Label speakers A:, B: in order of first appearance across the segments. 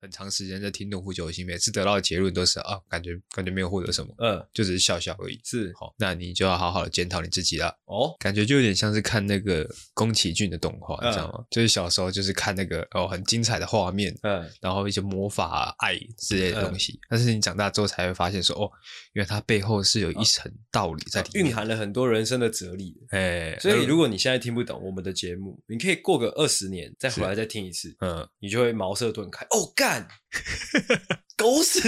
A: 很长时间在听洞户酒心每次得到的结论都是啊，感觉感觉没有获得什么，
B: 嗯，
A: 就只是笑笑而已。
B: 是
A: 好，那你就要好好的检讨你自己了。
B: 哦，
A: 感觉就有点像是看那个宫崎骏的动画，
B: 嗯
A: 你知道吗？就是小时候就是看那个哦很精彩的画面，
B: 嗯，
A: 然后一些魔法、啊、爱之类的东西，但是你长大之后才会发现说哦，原来它背后是有
B: 嗯
A: 一层道理在里面。
B: 蕴含了很多人生的哲理。
A: 哎，
B: 嗯所以，如果你现在听不懂我们的节目，你可以过个二十年再回来再听一次，
A: 嗯，
B: 你就会茅塞顿开。哦， 干，狗屎！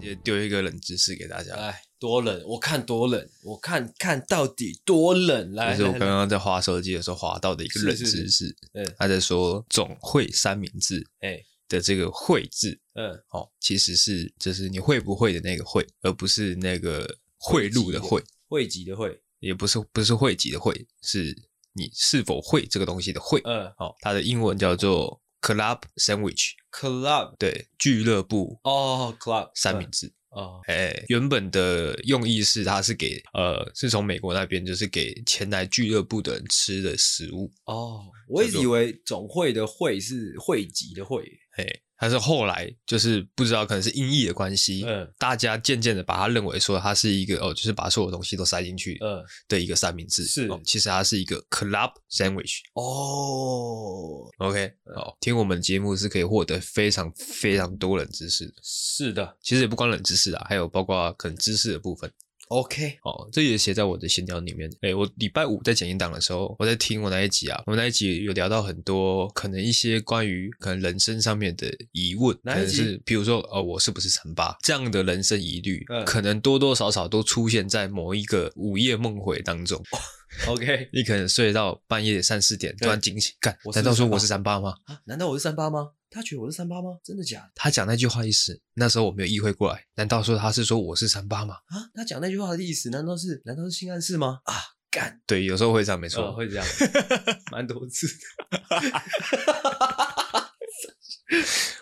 A: 也丢一个冷知识给大家，
B: 来，哎多冷！我看多冷，我看看到底多冷！来，
A: 就是我
B: 来
A: 刚刚在划手机的时候划到的一个
B: 是
A: 冷
B: 是
A: 知识
B: 是嗯，
A: 他在说总会三明治
B: 来哎，
A: 的这个“会”字
B: 嗯，
A: 哦，其实是就是你会不会的那个“会”，而不是那个贿赂的“
B: 会
A: 会
B: 汇集的汇，”，
A: 也不是不是汇集的“会”，是你是否会这个东西的“会”。
B: 嗯
A: 哦，它的英文叫做 club sandwich，
B: ，club，
A: 对，俱乐部
B: 哦，club
A: 三明治。
B: 嗯哦，
A: 哎、原本的用意是它是给呃，是从美国那边就是给前来俱乐部的人吃的食物。
B: 哦，我一直以为总会的会是汇集的汇，
A: 哎，但是后来就是不知道，可能是音译的关系，
B: 嗯
A: 大家渐渐的把它认为说它是一个哦，就是把所有东西都塞进去
B: 嗯，
A: 的一个三明治。
B: 是
A: 哦其实它是一个 club sandwich。
B: 哦，
A: OK，好，听我们节目是可以获得非常非常多冷知识的。
B: 是的
A: 其实也不光冷知识啊，还有包括可能知识的部分。
B: ，OK，
A: 哦，这也写在我的闲聊里面。哎，我礼拜五在剪音档的时候，我在听我那一集啊，我们那一集有聊到很多可能一些关于可能人生上面的疑问，可
B: 哪一
A: 能
B: 集
A: 是比如说呃，我是不是成八这样的人生疑虑，
B: 嗯
A: 可能多多少少都出现在某一个午夜梦回当中。
B: OK，
A: 你可能睡到半夜三四点，突然惊醒，干
B: 我，是
A: 难道说我是三八吗？
B: 啊，难道我是三八吗？他觉得我是三八吗？真的假
A: 他讲那句话意思，那时候我没有意会过来，难道说他是说我是三八吗？
B: 的啊？他讲那句话的意思，难道是难道是性暗示吗？啊，干，
A: 对，有时候会这样，没错。
B: 呃会这样， 蛮多次的，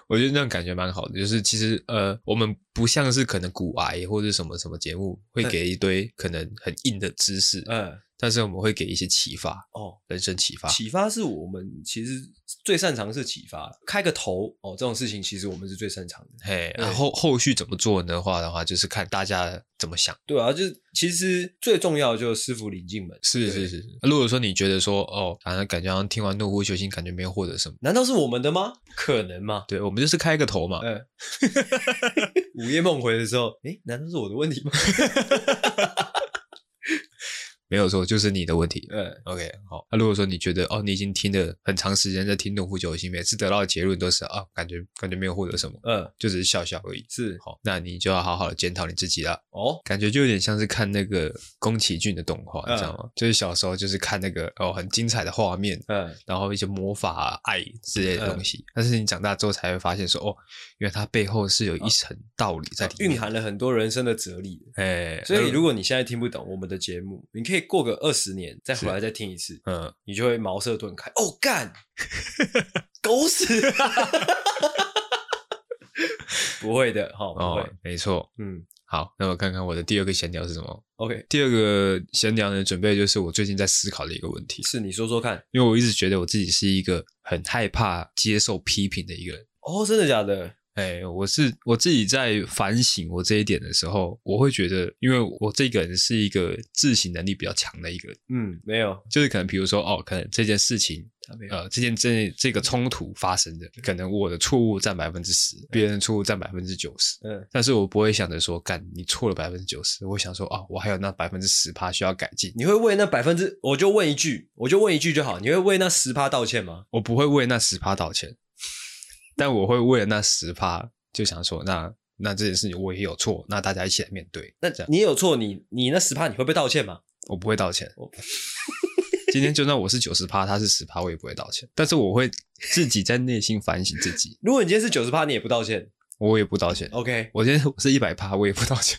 A: 我觉得那种感觉蛮好的，就是其实呃，我们不像是可能古癌或者什么什么节目会给一堆可能很硬的知识，
B: 嗯，
A: 但是我们会给一些启发，
B: 哦，
A: 人生启发。
B: 启发是我们其实最擅长是启发，开个头哦，这种事情其实我们是最擅长的。
A: 嘿，
B: 对
A: 然后后续怎么做的话的话，就是看大家怎么想。
B: 对啊，就是其实最重要的就是师傅领进门。
A: 是是
B: 对，
A: 是，如果说你觉得说哦，反正感觉好像听完《怒呼球星》，感觉没有获得什么，
B: 难道是我们的吗？不可能吗？
A: 对我们就是开个头嘛。
B: 嗯， 午夜梦回的时候，诶，难道是我的问题吗？
A: 没有错，就是你的问题。
B: 嗯，
A: OK，好。那、如果说你觉得哦，你已经听了很长时间在听《怒呼球星》，每次得到的结论都是啊，感觉感觉没有获得什么，
B: 嗯，
A: 就只是笑笑而已。
B: 是
A: 好，那你就要好好的检讨你自己了。
B: 哦，
A: 感觉就有点像是看那个宫崎骏的动画，
B: 嗯
A: 你知道吗？就是小时候就是看那个哦很精彩的画面，
B: 嗯，
A: 然后一些魔法、啊、爱之类的东西。但是你长大之后才会发现说，哦，原来它背后是有一层道理在里面。
B: 啊蕴含了很多人生的哲理的。
A: 哎，
B: 所以，如果你现在听不懂我们的节目，你可以过个二十年再回来再听一次，
A: 嗯，
B: 你就会茅塞顿开。哦，干，狗屎！不会的，哈、不会。
A: 哦，没错。
B: 嗯
A: 好，那我看看我的第二个闲聊是什么。
B: ，OK，
A: 第二个闲聊呢，准备就是我最近在思考的一个问题，
B: 是你说说看。
A: 因为我一直觉得我自己是一个很害怕接受批评的一个人。
B: 哦，真的假的？
A: 哎，我是我自己在反省我这一点的时候，我会觉得，因为我这个人是一个自省能力比较强的一个人，
B: 嗯，没有，
A: 就是可能比如说哦，可能这件事情，
B: 没有。
A: 呃，这件这这个冲突发生的，可能我的错误占百分之十，别人的错误占百分之九十，
B: 嗯
A: 但是我不会想着说，干你错了百分之九十，我会想说啊、我还有那百分之十趴需要改进，
B: 你会为那百分之，我就问一句，我就问一句就好。你会为那十趴道歉吗？
A: 我不会为那十趴道歉，但我会为了那十趴就想说，那那这件事情我也有错，那大家一起来面对，
B: 那
A: 这样
B: 你有错，你你那十趴你会被道歉吗？
A: 我不会道歉
B: 我。
A: 今天就算我是九十趴，他是十趴，我也不会道歉。但是我会自己在内心反省自己，
B: 如果你今天是九十趴，你也不道歉
A: 我也不道歉。
B: ，OK
A: 我今天我是一百趴，我也不道歉。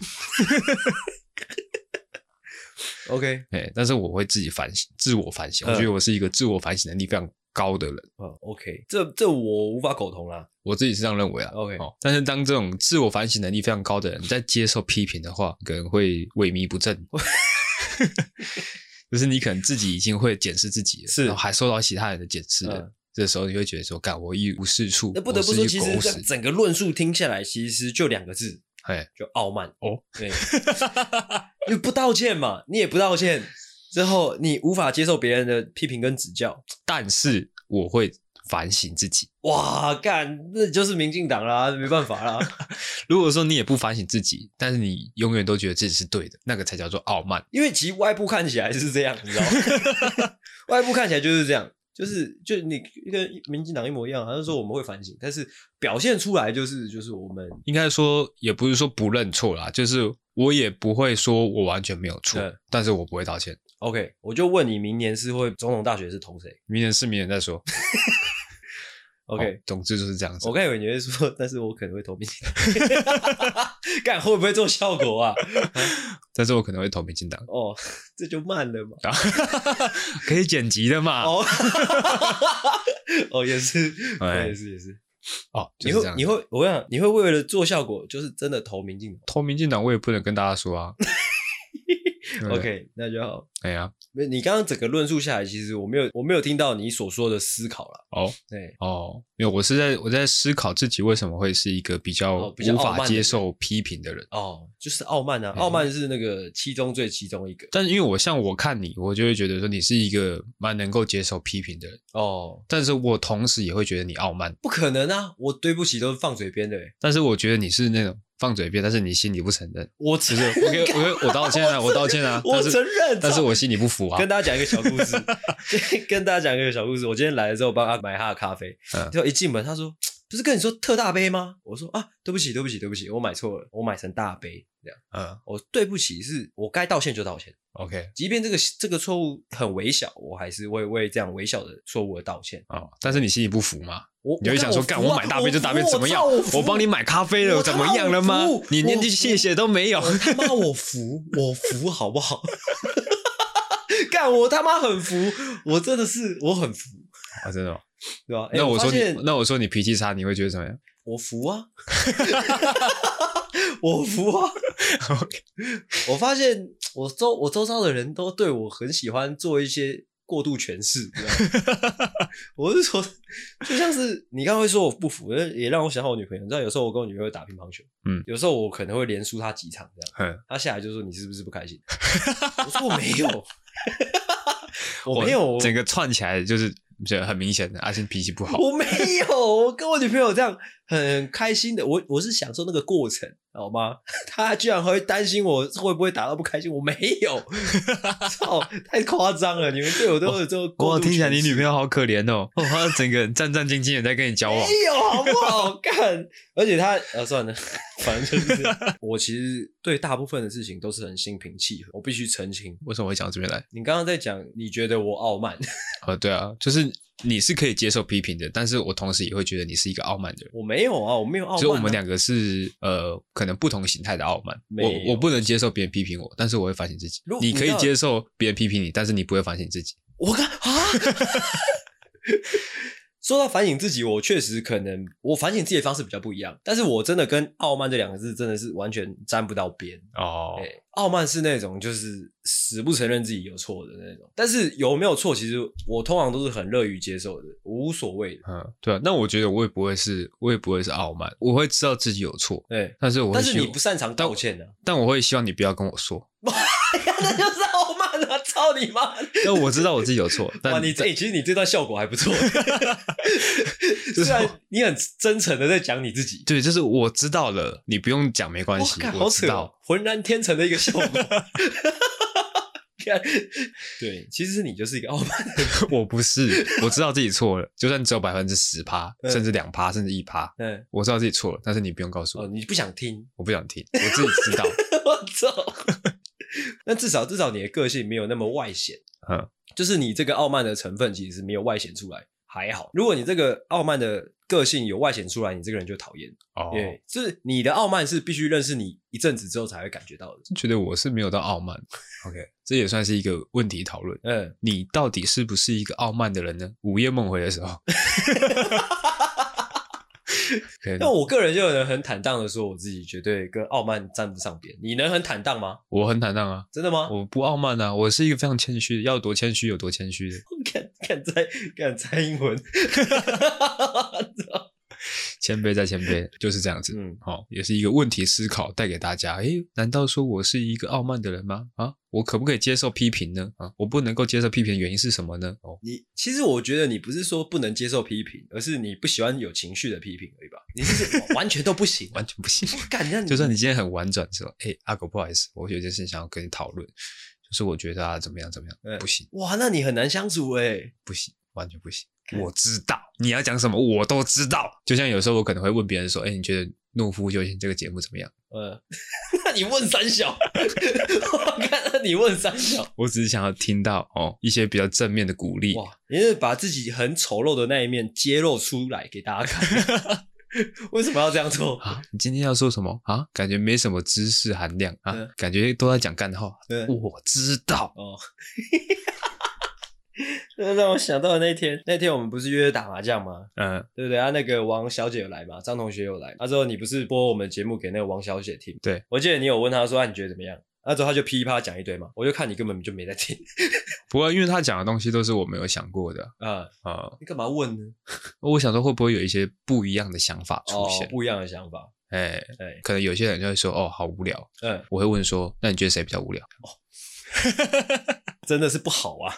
B: OK，
A: 哎，但是我会自己反省，自我反省。
B: 嗯
A: 我觉得我是一个自我反省能力非常高的人。
B: 嗯，OK，这这我无法苟同啦。
A: 我自己是这样认为啊。
B: OK
A: 哦，但是当这种自我反省能力非常高的人在接受批评的话，可能会萎靡不振。 就是你可能自己已经会检视自己了，
B: 是
A: 然后还受到其他人的检视了。
B: 嗯
A: 这时候你会觉得说，干我一无是处，
B: 那不得不
A: 我
B: 说，
A: 哦是
B: 其
A: 一个
B: 实
A: 狗
B: 这
A: 屎。
B: 整个论述听下来，其实就两个字，
A: 哎，
B: 就傲慢
A: 哦。
B: 对，因为不道歉嘛，你也不道歉，之后你无法接受别人的批评跟指教。
A: 但是我会反省自己。
B: 哇，干，那就是民进党啦，没办法啦。
A: 如果说你也不反省自己，但是你永远都觉得自己是对的，那个才叫做傲慢。
B: 因为其实外部看起来是这样，你知道吗？ 外部看起来就是这样，就是就你跟民进党一模一样，他就说我们会反省，但是表现出来就是就是我们
A: 应该说也不是说不认错啦，就是我也不会说我完全没有错
B: 对，
A: 但是我不会道歉。
B: OK。我就问你，明年是会总统大学是投谁
A: 明年是明年再说。
B: ？OK，、
A: 哦总之就是这样子
B: 我。刚以为你会说， 但是我可能会投民进 党，看会不会做效果啊？
A: 但是我可能会投民进 党，
B: 哦，这就慢了嘛。
A: 可以剪辑的嘛？哦，
B: 哦， 哦，也是，
A: 哎
B: 也是，也是。
A: 就
B: 哦你
A: 是这样子。
B: 会，你会，我想你会为了做效果，就是真的投民进
A: 投民进党，我也不能跟大家说 啊。对
B: 党。OK，那就好。
A: 哎呀，
B: 没，你刚刚整个论述下来，其实我没有，我没有听到你所说的思考了。
A: 哦
B: 对，
A: 哦，因为我是在我在思考自己为什么会是一个比较
B: 哦比较
A: 无
B: 傲慢
A: 法
B: 的
A: 接
B: 人
A: 受批评的人。
B: 哦，就是傲慢啊，
A: 嗯
B: 傲慢是那个七宗罪其中一个。
A: 但是因为我像我看你，我就会觉得说你是一个蛮能够接受批评的人，
B: 哦，
A: 但是我同时也会觉得你傲慢，
B: 不可能啊，我对不起都是放嘴边的欸。
A: 但是我觉得你是那种放嘴边，但是你心里不承认。
B: 我只
A: 就是我给我给我道歉啊，我道歉啊，
B: 我
A: 但
B: 承
A: 是
B: 认，
A: 但是
B: 操
A: 我心里不服啊
B: 跟。大家讲一个小故 事，跟跟大家讲一个小故事。我今天来的时候，帮他买他的咖啡，
A: 嗯
B: 就、后一进门，他说：“不是跟你说特大杯吗？”我说：“啊，对不起，对不起，对不起，我买错了，我买成大杯。”这样，
A: 嗯
B: 我对不起，是我该道歉就道歉，
A: ，OK
B: 即便这个这个错误很微小，我还是会为这样微小的错误而道歉。
A: 哦，但是你心里不服嘛？
B: 我啊
A: 你会想说，干我买大杯就大杯怎么样？我帮你，买咖啡了
B: 我
A: 怎
B: 他妈
A: 么样了吗
B: 我服？
A: 你连
B: 我
A: 句
B: 服
A: 谢谢都没有
B: 我服， 我他妈我服，我服好不好？ 干我他妈很服，我真的是我很服，
A: 啊，真的吗？
B: 对吧？哎
A: 那我
B: 发
A: 说你
B: 现，
A: 那我说你脾气差，你会觉得怎么样？
B: 我 服啊，我服啊。我发现我周我周遭的人都对我很喜欢做一些过度诠释，你知道吗 我是说，就像是你刚刚会说我不服，也让我想到我女朋友。你知道，有时候我跟我女朋友打乒乓球，
A: 嗯
B: 有时候我可能会连输她几场这样，
A: 嗯，
B: 她下来就说你是不是不开心？ 我说我没有，我没有，
A: 整个串起来就是觉得很明显的阿信脾气不好。
B: 我没有，我跟我女朋友这样很开心的，我我是享受那个过程，好吗？ 她居然还会担心我会不会打到不开心，我没 有，操，太夸张了！你们对我都有这种过
A: 哇，
B: 度
A: 听起来你
B: 诠释
A: 女朋友好可怜哦，哇，她整个人战战兢兢的在跟你交往
B: 没。有，好不好 干？而且她呃、算了，反正就是这样我其实对大部分的事情都是很心平气和，我必须澄清。
A: 为什么会讲到这边来？
B: 你刚刚在讲，你觉得我傲慢，
A: 呃，对啊，就是你是可以接受批评的，但是我同时也会觉得你是一个傲慢的人。
B: 我没有啊，我没有傲慢、啊。
A: 所以我们两个是呃，可能不同形态的傲慢。
B: 没有
A: 我我不能接受别人批评我，但是我会反省自己
B: 如。
A: 你可
B: 你
A: 以
B: 要
A: 接受别人批评你，但是你不会反省自己。
B: 我看啊。 说到反省自己，我确实可能我反省自己的方式比较不一样，但是我真的跟傲慢这两个字真的是完全沾不到边。
A: 哦
B: 对，傲慢是那种就是死不承认自己有错的那种，但是有没有错，其实我通常都是很乐于接受的，无所谓的。
A: 嗯，对啊。那我觉得我也不会是，我也不会是傲慢，我会知道自己有错，
B: 对，
A: 但是我会
B: 哎但是
A: 希
B: 你
A: 望
B: 不擅长道歉呢、啊，
A: 但我会希望你不要跟我说。
B: 那就是傲慢啊！操你妈！
A: 但我知道我自己有错，
B: 哇，
A: 但
B: 你这、欸其实你这段效果还 不错，
A: 是
B: 虽然你很真诚的在讲你自己，
A: 对，就是我知道了，你不用讲没关
B: 哇
A: 系，
B: 干好
A: 我知
B: 扯哦
A: 道。，
B: 浑然天成的一个效 果。干对，其实你就是一个傲慢，
A: 我不是，我知道自己错了，就算只有百分之十趴，
B: 嗯
A: 甚至两趴，甚至一趴，
B: 嗯，
A: 我知道自己错了，但是你不用告诉我，
B: 哦，你不想听，
A: 我不想听，我自己知道。
B: 我操！那至少至少你的个性没有那么外显，
A: 嗯，
B: 就是你这个傲慢的成分其实没有外显出来，还好。如果你这个傲慢的个性有外显出来，你这个人就讨厌。
A: 哦，
B: 对，就是你的傲慢是必须认识你一阵子之后才会感觉到的。
A: 觉得我是没有到傲慢。OK，这也算是一个问题讨论。
B: 嗯，
A: 你到底是不是一个傲慢的人呢？午夜梦回的时 候，可能
B: 但我个人就能很坦荡的说，我自己绝对跟傲慢沾不上边。你能很坦荡吗？
A: 我很坦荡啊，
B: 真的吗？
A: 我不傲慢啊，我是一个非常谦虚，要多谦虚有多谦虚的。
B: 敢敢猜敢猜英文，
A: 谦卑再谦卑，就是这样子。
B: 嗯，
A: 好、也是一个问题思考带给大家。诶，难道说我是一个傲慢的人吗？啊，我可不可以接受批评呢？啊，我不能够接受批评的原因是什么呢？哦，
B: 你其实我觉得你不是说不能接受批评，而是你不喜欢有情绪的批评而已吧？你是完全都不行，
A: 完全不行。
B: 我 敢让 你
A: 就算你今天很婉转说，诶，阿狗不好意思，我有一件事情想要跟你讨论，就是我觉得啊，怎么样怎么
B: 嗯
A: 样，不行
B: 哇，那你很难相处哎、
A: 不行，完全不行。
B: 看
A: 我知道你要讲什么，我都知道。就像有时候我可能会问别人说，诶，你觉得《懦夫救星》这个节目怎么样？
B: 呃， 那你问三小， 我看那你问三小，
A: 我只是想要听到哦一些比较正面的鼓励。
B: 哇，你是把自己很丑陋的那一面揭露出来给大家看，为什么要这样做？
A: 啊，你今天要说什么啊？感觉没什么知识含量啊，
B: 嗯
A: 感觉都在讲干话。
B: 嗯
A: 我知道，
B: 哦，这让我想到了那天，那天我们不是约打麻将吗？
A: 嗯，
B: 对不对？啊，那个王小姐有来嘛，张同学有来。那、啊、之后你不是播我们节目给那个王小姐听？
A: 对，
B: 我记得你有问她说，啊，你觉得怎么样？那、之后她就噼里啪啦讲一堆嘛，我就看你根本就没在听
A: 不过因为他讲的东西都是我没有想过的
B: 啊、
A: 啊、呃
B: 你干嘛问呢？
A: 我想说会不会有一些不一样的想法出
B: 哦
A: 现，？
B: 不一样的想法，
A: 哎、
B: 对，
A: 可能有些人就会说哦，好无聊。
B: 嗯，
A: 我会问说，那你觉得谁比较无聊？
B: 真的是不好啊。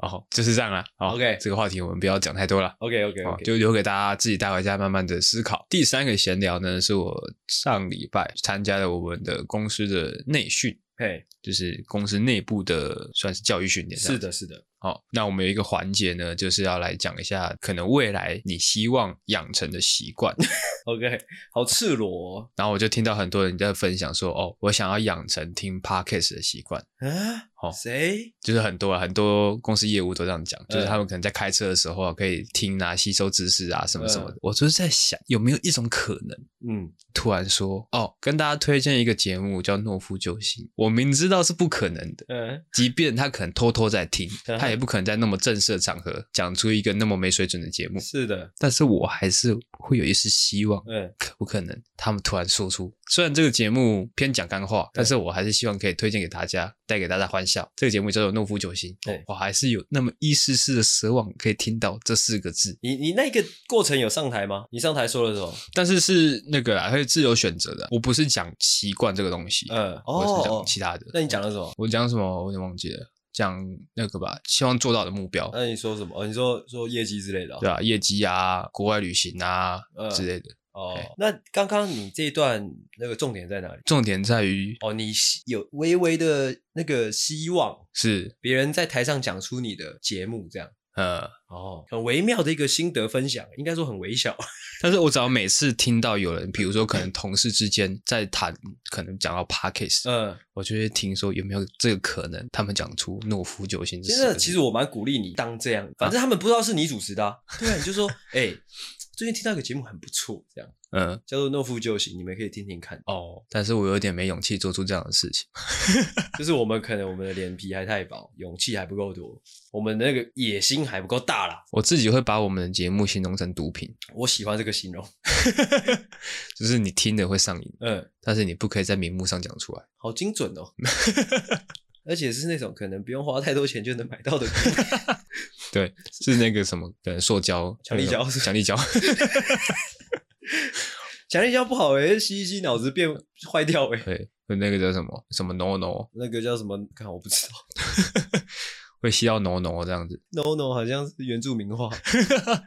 A: 哦，就是这样啦。哦
B: OK
A: 这个话题我们不要讲太多了。
B: OK OK
A: 哦
B: OK，、，
A: 就留给大家自己带回家慢慢的思考。第三个闲聊呢，是我上礼拜参加了我们的公司的内训，
B: 嘿，
A: 就是公司内部的算是教育训练。
B: 是，的，是的，
A: 好、那我们有一个环节呢，就是要来讲一下可能未来你希望养成的习惯。
B: OK，好赤裸、哦、
A: 然后我就听到很多人在分享说，哦，我想要养成听 podcast 的习惯。
B: 啊，
A: 好
B: 谁？
A: 就是很多啊，很多公司业务都这样讲，就是
B: 嗯
A: 他们可能在开车的时候啊，可以听啊，吸收知识啊，什么什么的。我就是在想，有没有一种可能，
B: 嗯，
A: 突然说哦，跟大家推荐一个节目叫《懦夫救星》，我明知道是不可能的，
B: 嗯，
A: 即便他可能偷偷在听，
B: 嗯哼
A: 他也不可能在那么正式的场合讲出一个那么没水准的节目，
B: 是的，
A: 但是我还是会有一丝希望。
B: 嗯，
A: 可不可能？他们突然说出，虽然这个节目偏讲干话，但是我还是希望可以推荐给大家，带给大家欢笑。这个节目叫做《懦夫救星》，
B: 对
A: 哦我还是有那么一丝丝的奢望可以听到这四个字，
B: 你你那个过程有上台吗？你上台说了什么？
A: 但是是那个啊，可以自由选择的。我不是讲习惯这个东西，
B: 嗯，
A: 我是
B: 哦
A: 讲，其他的。
B: 那你讲了什么？
A: 我讲什么？我有点忘记了，讲那个吧，希望做到的目标，
B: 那你说什么？哦，你说说业绩之类的哦、
A: 对吧、业绩啊，国外旅行啊、
B: 嗯
A: 之类的。
B: 哦，那刚刚你这一段那个重点在哪里？
A: 重点在于
B: 哦，你希有微微的那个希望
A: 是
B: 别人在台上讲出你的节目，这样
A: 呃，
B: 哦，很微妙的一个心得分享，应该说很微小。
A: 但是我只要每次听到有人，比如说可能同事之间在谈，可能讲到 podcast，、
B: 嗯，
A: 我就会听说有没有这个可能，他们讲出懦夫救星这
B: 真
A: 四个
B: 的，
A: 字。
B: 其实我蛮鼓励你当这
A: 啊
B: 样，反正他们不知道是你主 持的、啊，对啊，你就说，哎、最近听到一个节目很不错，这样
A: 嗯
B: 叫做《懦夫救星》，你们可以听听看。
A: 哦，但是我有点没勇气做出这样的事情。
B: 就是我们可能我们的脸皮还太薄，勇气还不够多，我们那个野心还不够大啦。
A: 我自己会把我们的节目形容成毒品，
B: 我喜欢这个形容，
A: 就是你听了会上瘾，
B: 嗯，
A: 但是你不可以在明目上讲出来。
B: 好精准哦，而且是那种可能不用花太多钱就能买到的。
A: 对，是那个什么，可能塑胶、
B: 强力胶
A: 那种强力胶。
B: 强力胶不好诶、吸一吸脑子变坏掉诶、
A: 对，就那个叫什么什么 no no，
B: 那个叫什么？看我不知道
A: 会吸到 no no 这样子，
B: ，no no 好像是原住民话。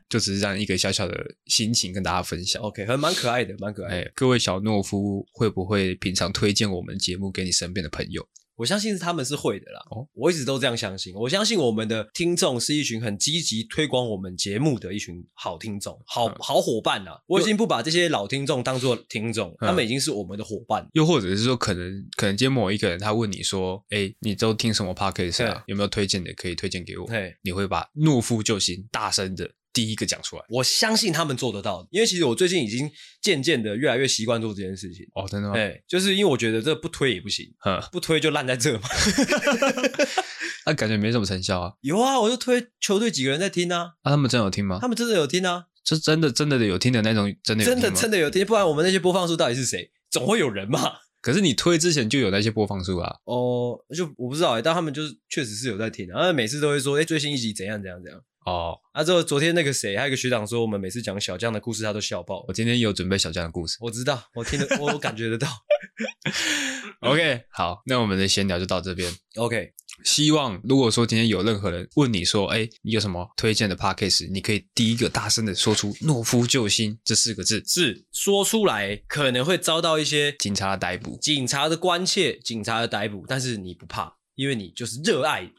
A: 就只是这样一个小小的心情跟大家分享。
B: OK，很蛮可爱的，蛮可爱
A: 哎
B: 的。，
A: 各位小懦夫会不会平常推荐我们节目给你身边的朋友？
B: 我相信他们是会的啦。
A: 哦
B: 我一直都这样相信。我相信我们的听众是一群很积极推广我们节目的一群好听众、好
A: 嗯
B: 好伙伴啊。我已经不把这些老听众当做听众，
A: 嗯
B: 他们已经是我们的伙伴。
A: 又或者是说，可能可能今天某一个人他问你说：“哎，你都听什么 podcast 啊
B: 对？
A: 有没有推荐的可以推荐给我
B: 嘿，？”
A: 你会把“懦夫救星”大声的第一个讲出来。
B: 我相信他们做得到，因为其实我最近已经渐渐的越来越习惯做这件事情。
A: 哦，真的吗？
B: 哎，就是因为我觉得这不推也不行，
A: 嗯，
B: 不推就烂在这嘛。
A: 那、感觉没什么成效啊。
B: 有啊，我就推球队几个人在听啊，
A: 啊，他们真有听吗
B: 他？们真的有听啊，
A: 是真的真的有听的那种，真的有
B: 真
A: 听
B: 的
A: 吗
B: 真的有听，不然我们那些播放数到底是谁？总会有人嘛。
A: 可是你推之前就有那些播放数啊，
B: 哦，就我不知道哎、但他们就是确实是有在听、啊，然后每次都会说，哎、最新一集怎样怎样怎样。
A: 哦，
B: 啊，之后昨天那个谁，还有一个学长说，我们每次讲小将的故事，他都笑爆
A: 我。今天有准备小江的 故事。
B: 我知道，我听得，我我感觉得到。
A: OK，好，那我们的闲聊就到这边。
B: OK，
A: 希望如果说今天有任何人问你说，哎，你有什么推荐的 podcast，你可以第一个大声的说出“懦夫救星”这四个字，
B: 是说出来可能会遭到一些
A: 警察的逮捕。
B: 警察的关切、警察的逮捕，但是你不怕，因为你就是热爱。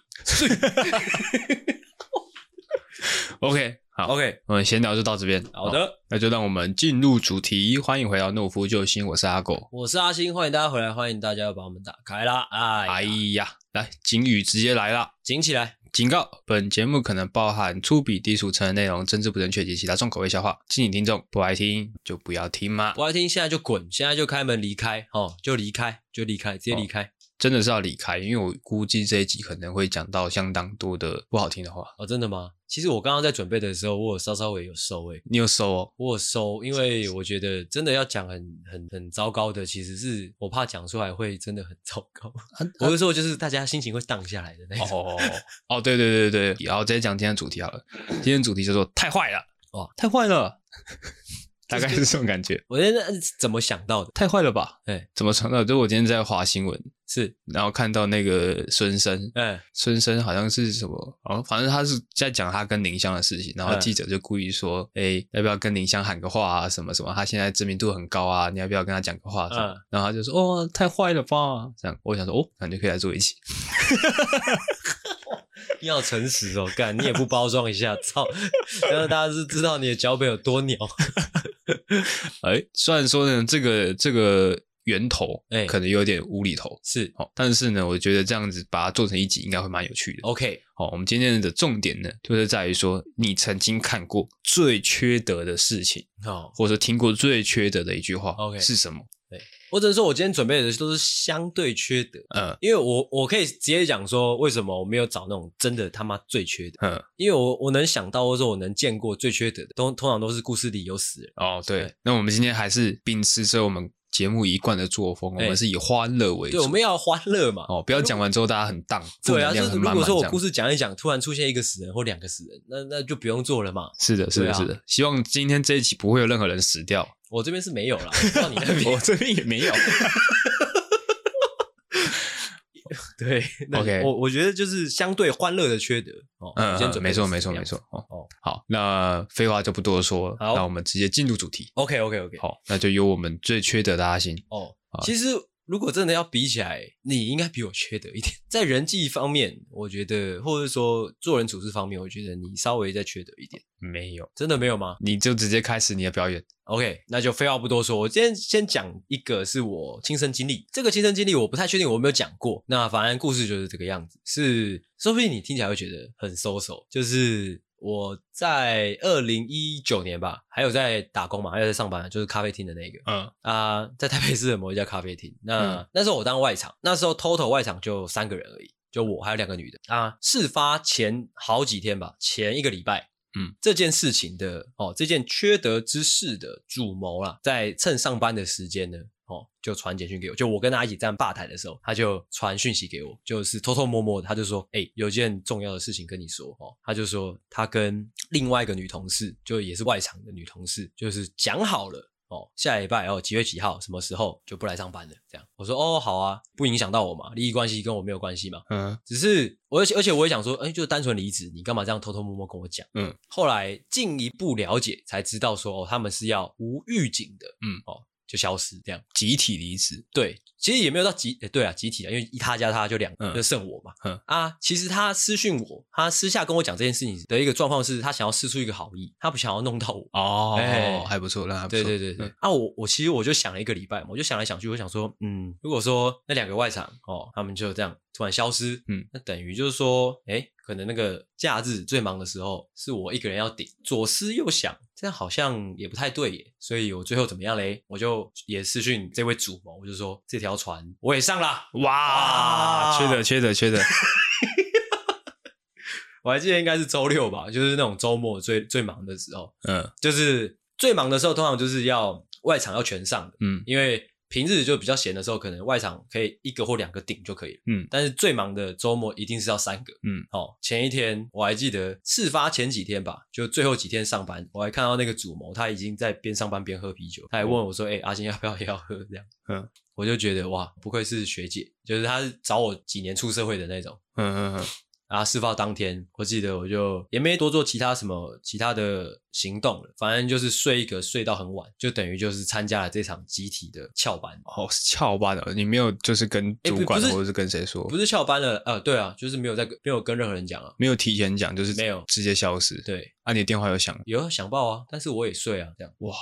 A: OK，好
B: OK，
A: 我们闲聊就到这边。
B: 好的，
A: 那就让我们进入主题。欢迎回到懦夫救星，我是阿狗。
B: 我是阿星，欢迎大家回来，欢迎大家要把我们打开啦！
A: 哎
B: 哎呀，
A: 呀，来警语直接来啦！
B: 紧起来，
A: 警告：本节目可能包含粗鄙、低俗、成人内容、政治不正确及其他重口味笑话，敬请听众不爱听就不要听嘛。
B: 不爱听现在就滚，现在就开门离开哦，就离开，就离开，直接离开
A: 真的是要离开，因为我估计这一集可能会讲到相当多的不好听的话。
B: 哦真的吗？其实我刚刚在准备的时候，我有稍稍微有收诶、
A: 你有收哦？
B: 我有收，因为我觉得真的要讲很很很糟糕的，其实是我怕讲出来会真的很糟糕。我是说，就是大家心情会荡下来的那 种。
A: 哦哦，对对对对，然后直接讲今天的主题好了。今天的主题叫做“太坏了”，
B: 哇，
A: 太坏 了，大概是这种感觉。
B: 我觉得那是怎么想到的？
A: 太坏了吧？
B: 哎，
A: 怎么想到？就我今天在划新闻，
B: 是，
A: 然后看到那个孙生，
B: 嗯，
A: 孙生好像是什么，好像反正他是在讲他跟林湘的事情，然后
B: 嗯
A: 记者就故意说，哎、要不要跟林湘喊个话啊，什么什么，他现在知名度很高啊，你要不要跟他讲个话什么？
B: 嗯
A: 然后他就说，哦，太坏了吧，这样，我想说，哦，感觉可以来做一期，
B: 你好诚实哦，干，你也不包装一下，操，让大家是知道你的脚本有多鸟。
A: 哎，虽然说呢，这个这个源头，
B: 哎
A: 可能有点无厘头。
B: 是
A: 哦，但是呢，我觉得这样子把它做成一集应该会蛮有趣的。
B: ，OK，
A: 好，我们今天的重点呢，就是在于说你曾经看过最缺德的事情，
B: 好，
A: 或者说听过最缺德的一句话
B: OK
A: 是什么？
B: 我只能说我今天准备的都是相对缺德，
A: 嗯
B: 因为我我可以直接讲说为什么我没有找那种真的他妈最缺德，
A: 嗯，
B: 因为我我能想到或者说我能见过最缺德的，通通常都是故事里有死人。
A: 哦对
B: 对，
A: 那我们今天还是秉持着我们节目一贯的作风，我
B: 哎
A: 们是以欢乐为
B: 对，我
A: 主。
B: 们要欢乐嘛。
A: 哦，不要讲完之后大家很荡，负
B: 对啊，
A: 能
B: 就
A: 量
B: 是
A: 很
B: 如
A: 满满
B: 果
A: 这
B: 说我
A: 样
B: 故事讲一讲，突然出现一个死人或两个死人，那那就不用做了嘛。
A: 是的，是
B: 对
A: 的，
B: 啊
A: 是的。希望今天这一期不会有任何人死掉。
B: 我这边是没有啦，我不知道你那边
A: 我这边也没有。
B: 对那
A: OK
B: 我我觉得就是相对欢乐的缺德哦。
A: 嗯，
B: 我先准备
A: 没错，
B: 的是
A: 没错，
B: 这
A: 没
B: 样
A: 错。哦，
B: 哦
A: 好，那废话就不多说，
B: 好
A: 那我们直接进入主题。
B: OK OK OK。
A: 好，那就由我们最缺德的阿星。
B: 哦
A: 好，
B: 其实如果真的要比起来，你应该比我缺德一点。在人际方面，我觉得，或者说做人处事方面，我觉得你稍微再缺德一点。
A: 没有，
B: 真的没有吗
A: 你就直接开始你的表演。
B: ？OK，那就废话不多说。我今天先讲一个是我亲身经历，这个亲身经历我不太确定我有没有讲过。那反正故事就是这个样子，是说不定你听起来会觉得很 so so，就是。我在二零一九年吧，还有在打工嘛，还有在上班，就是咖啡厅的那个。
A: 嗯
B: 啊、在台北市的某一家咖啡厅。那、
A: 嗯
B: 那时候我当外场，那时候 total 外场就三个人而已，就我还有两个女的啊。事发前好几天吧，前一个礼拜，
A: 嗯，
B: 这件事情的哦，这件缺德之事的主谋啦，在趁上班的时间呢。哦，就传简讯给我，就我跟他一起站吧台的时候，他就传讯息给我，就是偷偷摸摸的，他就说，哎、有件重要的事情跟你说哦，他就说他跟另外一个女同事，就也是外场的女同事，就是讲好了，哦，下礼拜哦几月几号什么时候就不来上班了，这样。我说哦好啊，不影响到我嘛，利益关系跟我没有关系嘛。
A: 嗯
B: 只是我而且而且我也想说，哎，就单纯离职，你干嘛这样偷偷摸摸跟我讲？
A: 嗯。
B: 后来进一步了解才知道说，哦，他们是要无预警的，
A: 嗯
B: 哦。就消失这样。
A: 集体离职，
B: 对，其实也没有到集，诶对啊，集体啊，因为一他加他就两，
A: 嗯
B: 就剩我嘛。
A: 嗯
B: 啊，其实他私讯我，他私下跟我讲这件事情的一个状况是，他想要试出一个好意，他不想要弄到我。
A: 哦，
B: 哎
A: 还不错，那还不错，
B: 对对对对，
A: 嗯
B: 啊，我我其实我就想了一个礼拜嘛，我就想来想去，我想说，嗯，如果说那两个外场哦，他们就这样突然消失，
A: 嗯，
B: 那等于就是说，哎，可能那个假日最忙的时候是我一个人要顶，左思右想，这样好像也不太对耶，所以我最后怎么样嘞？我就也私讯这位主谋，我就说这条船我也上啦。
A: 嗯哇，
B: 哇
A: 缺德缺德缺 德，
B: 我还记得应该是周六吧，就是那种周末最最忙的时候，
A: 嗯
B: 就是最忙的时候，通常就是要外场要全上的。
A: 嗯
B: 因为平日就比较闲的时候，可能外场可以一个或两个顶就可以了。
A: 嗯
B: 但是最忙的周末一定是要三个。
A: 嗯，
B: 哦，前一天我还记得事发前几天吧，就最后几天上班，我还看到那个主谋他已经在边上班边喝啤酒，他还问我说：“哎、阿星要不要也要喝？”这样，
A: 嗯，
B: 我就觉得哇，不愧是学姐，就是他是找我几年出社会的那种。
A: 嗯嗯嗯，
B: 啊，事发当天，我记得我就也没多做其他什么其他的行动了，反正就是睡一个睡到很晚，就等于就是参加了这场集体的翘班，
A: 哦，是翘班的，你没有就是跟
B: 哎不
A: 主管
B: 不是
A: 或者是跟谁说
B: 不，是翘班了，呃，对啊，就是没有在跟没有跟任何人讲啊，
A: 没有提前讲，就是
B: 没有
A: 直接消失，
B: 对，
A: 啊，你的电话有响吗，
B: 有想报啊，但是我也睡啊，这样
A: 哇，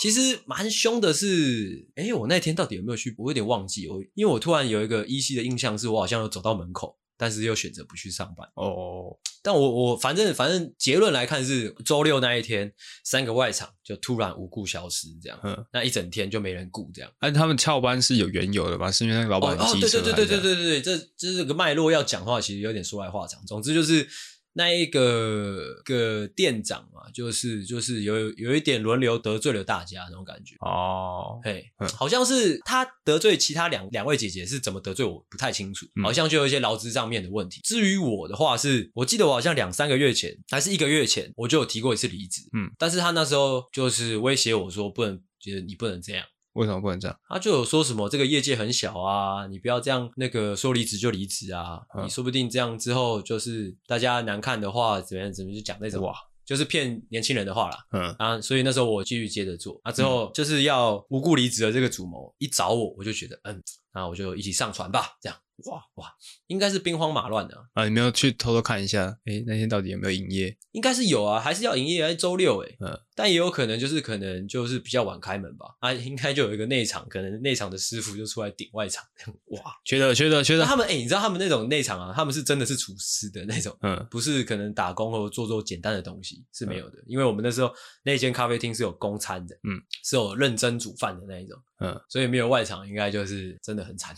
B: 其实蛮凶的是，哎，我那天到底有没有去？我有点忘记，我因为我突然有一个依稀的印象是，我好像有走到门口，但是又选择不去上班。
A: 哦，
B: 但我我反正反正结论来看是周六那一天，三个外场就突然无故消失，这样，
A: 嗯，
B: 那一整天就没人顾这样。
A: 但啊他们翘班是有缘由的吧？是因为那个老
B: 哦
A: 板
B: 哦，
A: 机
B: 对
A: 车啊
B: 对对对
A: 对，
B: 对对对，这这是个脉络要讲的话，其实有点说来话长。总之就是那一个个店长嘛，就是就是有有一点轮流得罪了大家那种感觉。
A: 哦，
B: 嘿
A: 嗯，
B: 好像是他得罪其他两两位姐姐是怎么得罪我不太清楚，
A: 嗯
B: 好像就有一些劳资上面的问题。至于我的话是，我记得我好像两三个月前还是一个月前，我就有提过一次离职，
A: 嗯，
B: 但是他那时候就是威胁我说不能，觉得你不能这样。
A: 为什么不能这样？
B: 他就有说什么这个业界很小啊，你不要这样，那个说离职就离职啊，
A: 嗯
B: 你说不定这样之后就是大家难看的话怎么样怎么样就讲那种，
A: 哇，
B: 就是骗年轻人的话啦。
A: 嗯
B: 啊，所以那时候我继续接着做啊，之后就是要无故离职的这个主谋一找我，我就觉得嗯，那我就一起上船吧，这样哇哇，应该是兵荒马乱的啊、
A: 啊，你没有去偷偷看一下，哎，那天到底有没有营业？
B: 应该是有啊，还是要营业，还是周六诶、
A: 嗯
B: 但也有可能就是可能就是比较晚开门吧，啊，应该就有一个内场，可能内场的师傅就出来顶外场，哇，
A: 缺德缺德缺
B: 那
A: 德，
B: 他们诶、你知道他们那种内场啊，他们是真的是厨师的那种，
A: 嗯
B: 不是可能打工或做做简单的东西是没有的，因为我们那时候那间咖啡厅是有供餐的，
A: 嗯，
B: 是有认真煮饭的那一种，
A: 嗯，
B: 所以没有外场，应该就是真的很惨。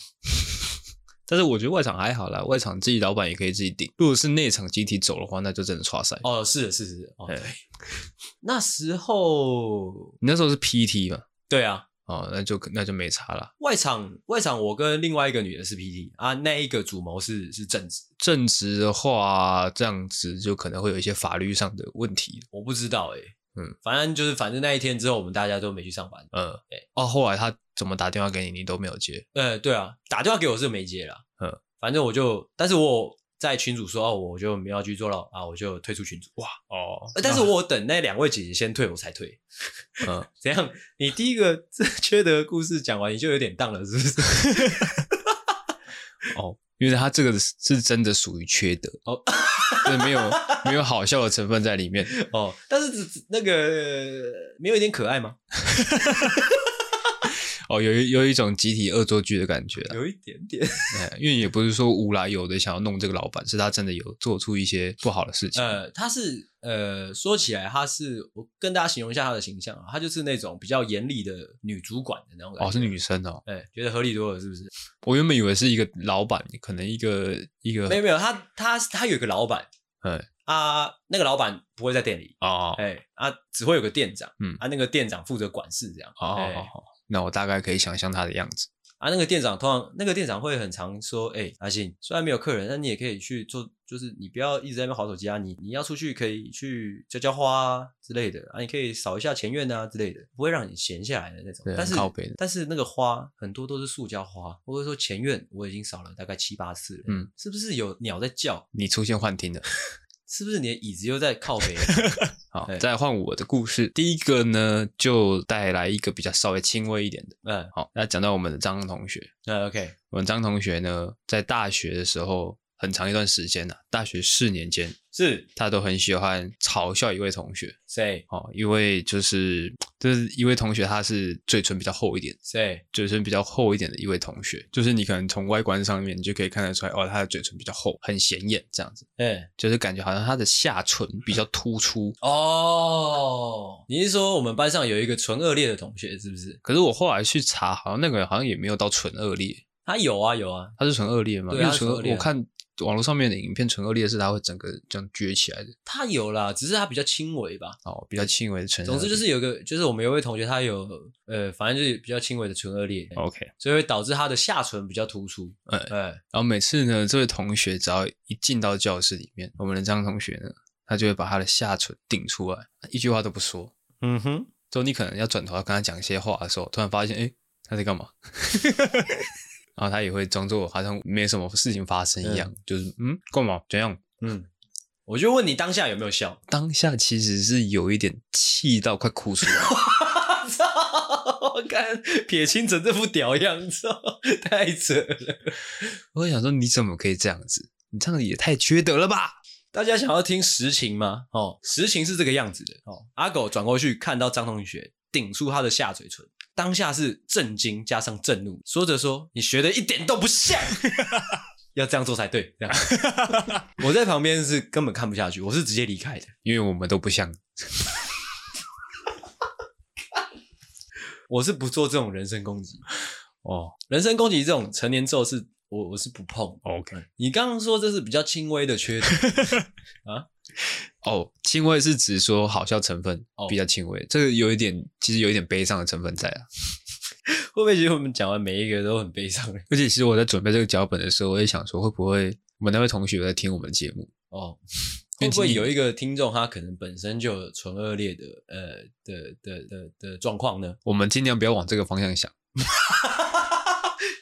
A: 但是我觉得外场还好啦，外场自己老板也可以自己顶。如果是内场集体走的话，那就真的刷塞。
B: 哦，是的是的是的，哦，
A: 哎
B: 对，那时候
A: 你那时候是 PT 嘛？
B: 对啊，
A: 哦，那就那就没差啦。
B: 外场外场我跟另外一个女的是 PT 啊，那一个主谋是是正职，
A: 正职的话，这样子就可能会有一些法律上的问题。
B: 我不知道哎、
A: 嗯，
B: 反正就是反正那一天之后，我们大家都没去上班。
A: 嗯
B: 对，
A: 哦，后来他怎么打电话给你，你都没有接。
B: 呃，对啊，打电话给我是没接啦。
A: 嗯，
B: 反正我就，但是我有在群主说，哦，我就没有要去做了啊，我就退出群主。哇，
A: 哦
B: 呃但是我有等那两位姐姐先退，我才退。
A: 嗯，
B: 怎样？你第一个这缺德故事讲完，你就有点荡了，是不是？
A: 哦，因为他这个是是真的属于缺德
B: 哦，
A: 这没有没有好笑的成分在里面。
B: 哦，但是只只那个呃没有一点可爱吗？
A: 哦，有一有一种集体恶作剧的感觉啦。
B: 有一点点。
A: 哎因为也不是说无来由的想要弄这个老板，是他真的有做出一些不好的事情。
B: 呃，他是呃，说起来，他是我跟大家形容一下他的形象啊，他就是那种比较严厉的女主管的那种感觉。
A: 哦，是女生哦。
B: 哎、觉得合理多了，是不是？
A: 我原本以为是一个老板，可能一个一个
B: 没有没有，他他他有一个老板，
A: 哎
B: 啊，那个老板不会在店里，
A: 哦
B: 哎、啊，只会有个店长，
A: 嗯
B: 啊，那个店长负责管事这样，
A: 哦
B: 哎
A: 哦，哦那我大概可以想象他的样子。
B: 啊，那个店长通常那个店长会很常说，哎、阿信，虽然没有客人，但你也可以去做，就是你不要一直在那边划手机啊，你你要出去可以去浇浇花啊之类的啊，你可以扫一下前院啊之类的，不会让你闲下来的那种
A: 对。
B: 但是
A: 很靠北的
B: 但是那个花很多都是塑胶花，或者说前院我已经扫了大概七八次了，
A: 嗯，
B: 是不是有鸟在叫？
A: 你出现幻听了，
B: 是不是你的椅子又在靠北？
A: 好
B: 对，
A: 再换我的故事。第一个呢，就带来一个比较稍微轻微一点的。
B: 嗯，
A: 好，那讲到我们的张同学，
B: 那 OK，
A: 我们张同学呢，在大学的时候，很长一段时间呐、大学四年间，
B: 是
A: 他都很喜欢嘲笑一位同学。
B: 谁
A: 哦，因为就是就是一位同学，他是嘴唇比较厚一点，
B: 谁
A: 嘴唇比较厚一点的一位同学，就是你可能从外观上面你就可以看得出来，哦，他的嘴唇比较厚，很显眼，这样子，
B: 嗯，
A: 就是感觉好像他的下唇比较突出。
B: 哦，你是说我们班上有一个纯恶劣的同学是不是？
A: 可是我后来去查，好像那个好像也没有到唇腭裂，
B: 他有啊有啊，
A: 他是唇腭裂吗？
B: 对
A: 因
B: 他
A: 为
B: 是
A: 唇
B: 唇腭啊裂
A: 腭，我看网络上面的影片，唇腭裂是他会整个这样撅起来的，
B: 他有啦，只是他比较轻微吧。
A: 哦，比较轻微的唇腭裂。
B: 总之就是有一个，就是我们有一位同学，他有呃，反正就是比较轻微的唇腭裂，
A: OK，
B: 所以会导致他的下唇比较突出。
A: 嗯
B: 哦哎，
A: 然后每次呢，这位同学只要一进到教室里面，我们的张同学呢，他就会把他的下唇顶出来，一句话都不说。
B: 嗯哼，
A: 之后你可能要转头要跟他讲一些话的时候，突然发现，哎，他在干嘛？ 然后他也会装作好像没什么事情发生一样，就是嗯，干嘛？怎样？
B: 嗯，我就问你当下有没有笑？
A: 当下其实是有一点气到快哭出来，
B: 操！我看撇清成这副屌样子， 太扯了。
A: 我会想说你怎么可以这样子？你这样也太缺德了吧！
B: 大家想要听实情吗？哦，实情是这个样子的。哦，阿狗转过去看到张同学顶住他的下嘴唇，当下是震惊加上震怒，说着说：“你学的一点都不像， 要这样做才对。”这样，我在旁边是根本看不下去，我是直接离开的。
A: 因为我们都不像，
B: 我是不做这种人身攻击哦，人身攻击这种成年之后是我我是不碰。
A: OK
B: 你刚刚说这是比较轻微的缺点，
A: 哦，轻微是指说好笑成分
B: 哦
A: 比较轻微，这个有一点其实有一点悲伤的成分在啊。
B: 会不会觉得我们讲完每一个都很悲伤？
A: 而且其实我在准备这个脚本的时候，我也想说会不会我们那位同学有在听我们的节目？
B: 哦，会
A: 因为
B: 不会
A: 其实
B: 有一个听众他可能本身就有唇腭裂的呃的的的的状况呢？
A: 我们尽量不要往这个方向想。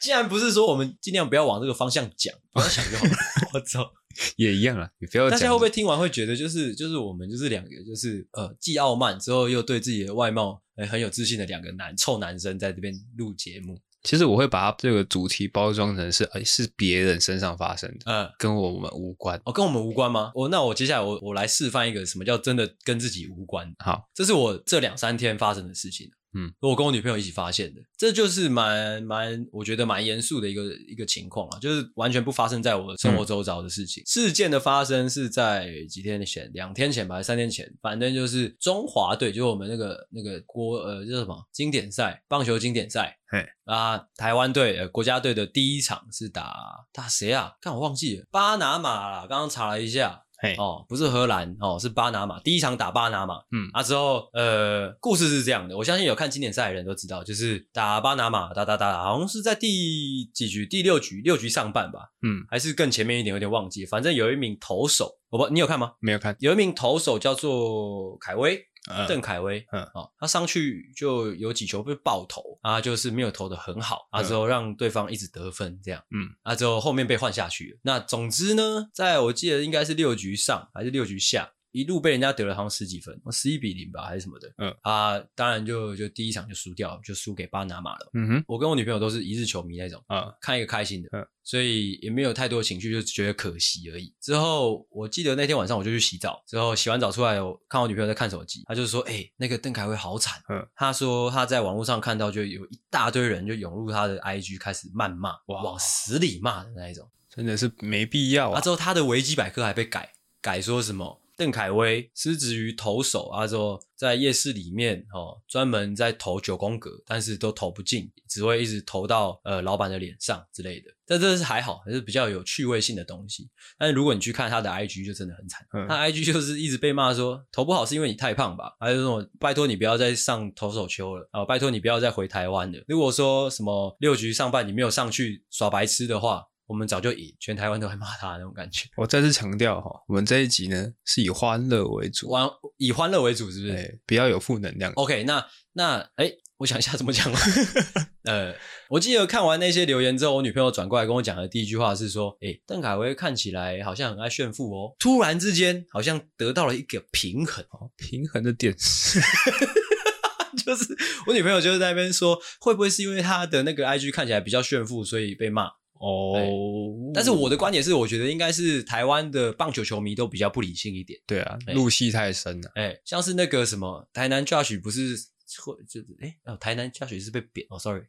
B: 既然不是说我们尽量不要往这个方向讲，不要想 就好了。我操！
A: 也一样啊，你不要
B: 大
A: 讲。
B: 家会不会听完会觉得就是就是我们就是两个就是呃既傲慢之后又对自己的外貌呃很有自信的两个男臭男生在这边录节目？
A: 其实我会把它这个主题包装成是，哎，是别人身上发生的，
B: 嗯，
A: 跟我们无关。
B: 哦，跟我们无关吗？我那我接下来我我来示范一个什么叫真的跟自己无关。
A: 好，
B: 这是我这两三天发生的事情。啊
A: 嗯，
B: 我跟我女朋友一起发现的，这就是蛮蛮，我觉得蛮严肃的一个一个情况啊，就是完全不发生在我生
A: 嗯
B: 活周遭的事情。事件的发生是在几天前，两天前吧，还是三天前，反正就是中华队，就是我们那个那个国呃叫什么经典赛，棒球经典赛
A: 嘿。
B: 啊，台湾队呃国家队的第一场是打打谁啊？看我忘记了，巴拿马啦，刚刚查了一下，
A: 嘿
B: 哦，不是荷兰哦，是巴拿马。第一场打巴拿马，
A: 嗯
B: 啊之后，呃，故事是这样的，我相信有看经典赛的人都知道，就是打巴拿马，打打打，好像是在第几局，第六局，六局上半吧，
A: 嗯，
B: 还是更前面一点，有点忘记，反正有一名投手，我不，你有看吗？
A: 没有看，
B: 有一名投手叫做凯威，
A: 呃
B: 邓凯威，
A: 嗯
B: 哦，他上去就有几球被爆投啊，就是没有投的很好啊，
A: 嗯
B: 之后让对方一直得分这样，
A: 嗯，
B: 啊，之后后面被换下去了。那总之呢，在我记得应该是六局上还是六局下，一路被人家得了好像十几分，十一比零吧还是什么的，
A: 嗯
B: 啊，当然就就第一场就输掉了，就输给巴拿马了。
A: 嗯哼，
B: 我跟我女朋友都是一日球迷那种，
A: 啊，
B: 看一个开心的，
A: 嗯
B: 所以也没有太多情绪，就觉得可惜而已。之后我记得那天晚上我就去洗澡，之后洗完澡出来，我看我女朋友在看手机，她就说：“哎、那个邓凯威好惨。”
A: 嗯
B: 她说她在网络上看到就有一大堆人就涌入她的 IG 开始谩骂，
A: 哇
B: 往死里骂的那一种。
A: 真的是没必要
B: 啊，
A: 啊。
B: 之后她的维基百科还被改改说什么？邓凯威失职于投手啊，之后在夜市里面哦，专门在投九宫格，但是都投不进，只会一直投到呃老板的脸上之类的。但这是还好，还是比较有趣味性的东西。但是如果你去看他的 IG，就真的很惨。
A: 嗯
B: 他 IG 就是一直被骂说投不好是因为你太胖吧，还有那种拜托你不要再上投手球了啊、拜托你不要再回台湾了。如果说什么六局上半你没有上去耍白痴的话，我们早就赢，全台湾都会骂他那种感觉。
A: 我再次强调哈，我们这一集呢是以欢乐为主，
B: 玩以欢乐为主，是不是？
A: 对，不要有负能量。
B: OK，那那哎，我想一下怎么讲。呃，我记得看完那些留言之后，我女朋友转过来跟我讲的第一句话是说：“诶、邓凯威看起来好像很爱炫富哦。”突然之间，好像得到了一个平衡。
A: 哦平衡的点是
B: 就是我女朋友就是在那边说，会不会是因为她的那个 IG 看起来比较炫富，所以被骂？
A: 哦
B: 但是我的观点是，我觉得应该是台湾的棒球球迷都比较不理性一点。
A: 对啊，
B: 哎
A: 入戏太深 了。
B: 哎、像是那个什么台南 Josh 不是会就是哎、哦，台南 Josh 是被贬哦，sorry，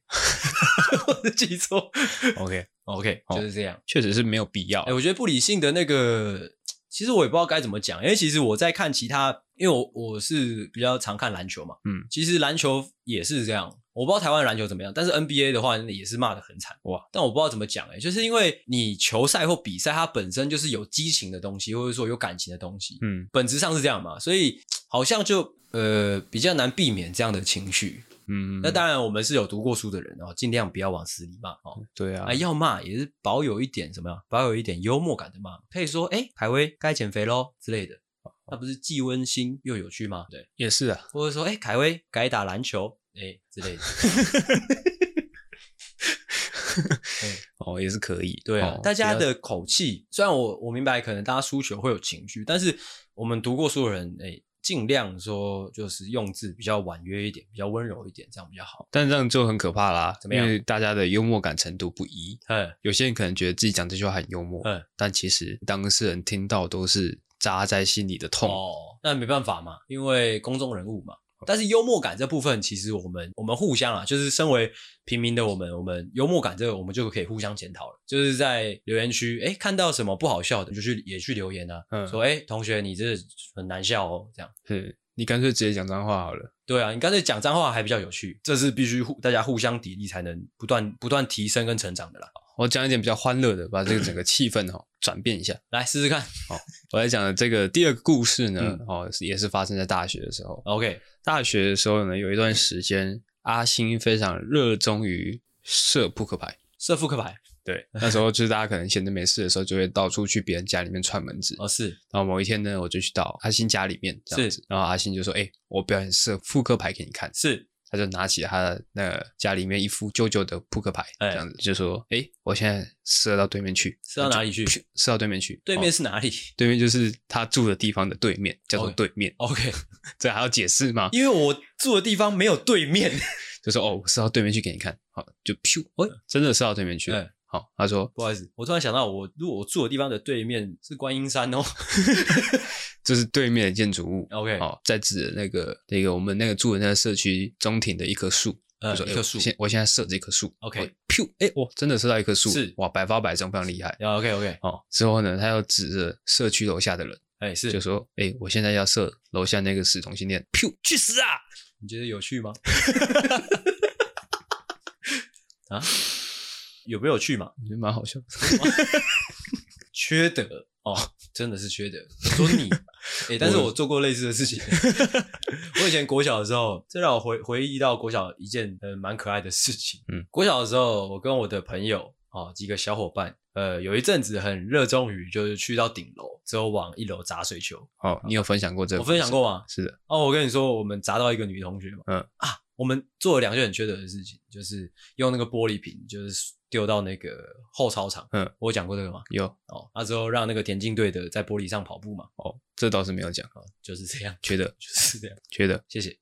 B: 我记错。
A: OK，
B: OK，
A: 好
B: 就是这样。
A: 确实是没有必要
B: 哎、。我觉得不理性的那个，其实我也不知道该怎么讲，因为其实我在看其他，因为我我是比较常看篮球嘛，
A: 嗯，
B: 其实篮球也是这样。我不知道台湾篮球怎么样，但是 NBA 的话也是骂的很惨哇！但我不知道怎么讲哎、就是因为你球赛或比赛，它本身就是有激情的东西，或者说有感情的东西，
A: 嗯
B: 本质上是这样嘛，所以好像就呃比较难避免这样的情绪。
A: 嗯，
B: 那当然，我们是有读过书的人哦，尽量不要往死里骂哦。
A: 对啊
B: 啊，，要骂也是保有一点什么呀？保有一点幽默感的骂，可以说，哎、海威该减肥喽之类的，
A: 哦
B: 那不是既温馨又有趣吗？对，
A: 也是啊。
B: 或者说，哎、凯威改打篮球，哎、之类的，
A: 哦，也是可以。
B: 对啊，
A: 哦
B: 大家
A: 不要
B: 的口气，虽然我我明白，可能大家输球会有情绪，但是我们读过书的人，哎、尽量说就是用字比较婉约一点，比较温柔一点，这样比较好。
A: 但这样就很可怕啦，
B: 怎么样
A: 因为大家的幽默感程度不一，
B: 嗯
A: 有些人可能觉得自己讲这句话很幽默，
B: 嗯，
A: 但其实当事人听到都是扎在心里的痛。
B: 哦，那没办法嘛，因为公众人物嘛。
A: 嗯
B: 但是幽默感这部分，其实我们我们互相啊，就是身为平民的我们，我们幽默感这个我们就可以互相检讨了。就是在留言区，哎，看到什么不好笑的，你就去也去留言啊，
A: 嗯
B: 说哎，同学你这很难笑哦，这样。
A: 是你干脆直接讲脏话好了。
B: 对啊，你干脆讲脏话还比较有趣，这是必须互大家互相砥砺才能不断不断提升跟成长的啦。
A: 我讲一点比较欢乐的，把这个整个气氛哦转变一下。
B: 来试试看
A: 我来讲的这个第二个故事呢，
B: 嗯
A: 哦，是也是发生在大学的时候。
B: ，OK，
A: 大学的时候呢，有一段时间，阿星非常热衷于射扑克牌。
B: 射扑克牌
A: 对，那时候就是大家可能闲着没事的时候，就会到处去别人家里面串门子。
B: 哦是
A: 然后某一天呢，我就去到阿星家里面，这样
B: 是
A: 子。然后阿星就说：“哎、我表演射扑克牌给你看。”
B: 是，
A: 他就拿起他的那个家里面一副旧旧的扑克牌，
B: 哎
A: 这样子就说：“哎、我现在射到对面去，
B: 射到哪里
A: 啊
B: 去
A: 就噗射到对面去，
B: 对面
A: 哦
B: 是哪里、
A: 对面就是他住的地方的对面，叫做
B: OK
A: 对面。
B: o k
A: 这还要解释吗？
B: 因为我住的地方没有对面。
A: 就说：“哦，我射到对面去给你看。”好，就噗，
B: 哎
A: 真的射到对面去了。
B: 哎
A: 好，他说
B: 不好意思，我突然想到我，如果我住的地方的对面是观音山哦。
A: 这是对面的建筑物。
B: OK，
A: 哦，在指的那个那个我们那个住的那个社区中庭的一棵树，
B: 嗯
A: 就说
B: 一
A: 哎
B: 棵树
A: 我现我现在射这棵树
B: OK
A: 哦噗，哎、我真的射到一棵树，
B: 是
A: 哇，百发百中，非常厉害。
B: OK OK，
A: 哦，之后呢，他又指着社区楼下的人，
B: 哎、是，
A: 就说：“哎、我现在要射楼下那个死同性恋，噗，去死啊
B: 你觉得有趣吗？ 啊，有没有趣嘛？！”
A: 我觉得蛮好笑的。
B: 缺德哦，真的是缺德。我说你，哎、但是
A: 我
B: 我做过类似的事情。 我以前国小的时候，这让我回回忆到国小一件呃蛮可爱的事情。
A: 嗯，
B: 国小的时候，我跟我的朋友哦几个小伙伴，呃，有一阵子很热衷于就是去到顶楼之后往一楼砸水球。
A: 哦，你有分享过这个？
B: 我分享过吗？
A: 是的，
B: 哦，我跟你说，我们砸到一个女同学嘛，
A: 嗯
B: 啊，我们做了两件很缺德的事情，就是用那个玻璃瓶，就是丢到那个后操场，
A: 嗯，
B: 我有讲过这个吗？
A: 有
B: 哦，那之后让那个田径队的在玻璃上跑步嘛，
A: 哦，这倒是没有讲，
B: 哦，就是这样，
A: 缺德，
B: 就是这样，
A: 缺德。
B: 谢谢。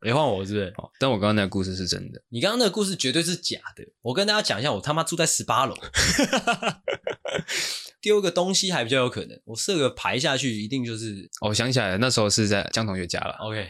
B: 别换我是不是？
A: 哦，但我刚刚那个故事是真的。
B: 你刚刚那个故事绝对是假的。我跟大家讲一下，我他妈住在十八楼， 丢个东西还比较有可能，我射个牌下去一定就是
A: 哦，我想起来了，那时候是在江同学家 了。
B: OK。